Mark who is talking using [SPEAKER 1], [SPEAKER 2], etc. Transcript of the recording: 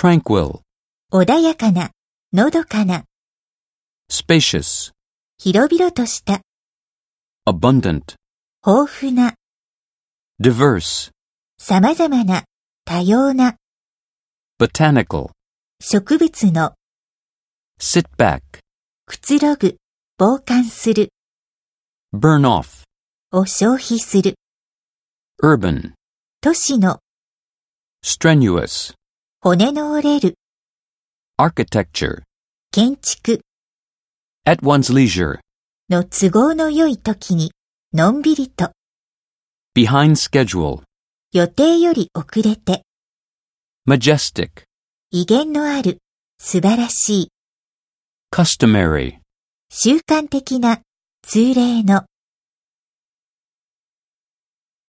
[SPEAKER 1] tranquil,
[SPEAKER 2] 穏やかな、のどかな、
[SPEAKER 1] spacious,
[SPEAKER 2] 広々とした、
[SPEAKER 1] abundant,
[SPEAKER 2] 豊富な、
[SPEAKER 1] diverse,
[SPEAKER 2] 様々な、多様な、
[SPEAKER 1] botanical,
[SPEAKER 2] 植物の、
[SPEAKER 1] sit back,
[SPEAKER 2] くつろぐ、傍観する、
[SPEAKER 1] burn off,
[SPEAKER 2] を消費する、
[SPEAKER 1] urban,
[SPEAKER 2] 都市の、
[SPEAKER 1] strenuous,
[SPEAKER 2] 骨の折れる、
[SPEAKER 1] architecture,
[SPEAKER 2] 建築
[SPEAKER 1] at one's leisure,
[SPEAKER 2] の都合の良い時に、のんびりと、
[SPEAKER 1] behind schedule,
[SPEAKER 2] 予定より遅れて、
[SPEAKER 1] majestic,
[SPEAKER 2] 威厳のある、素晴らしい、
[SPEAKER 1] customary.
[SPEAKER 2] 習慣的な、通例の、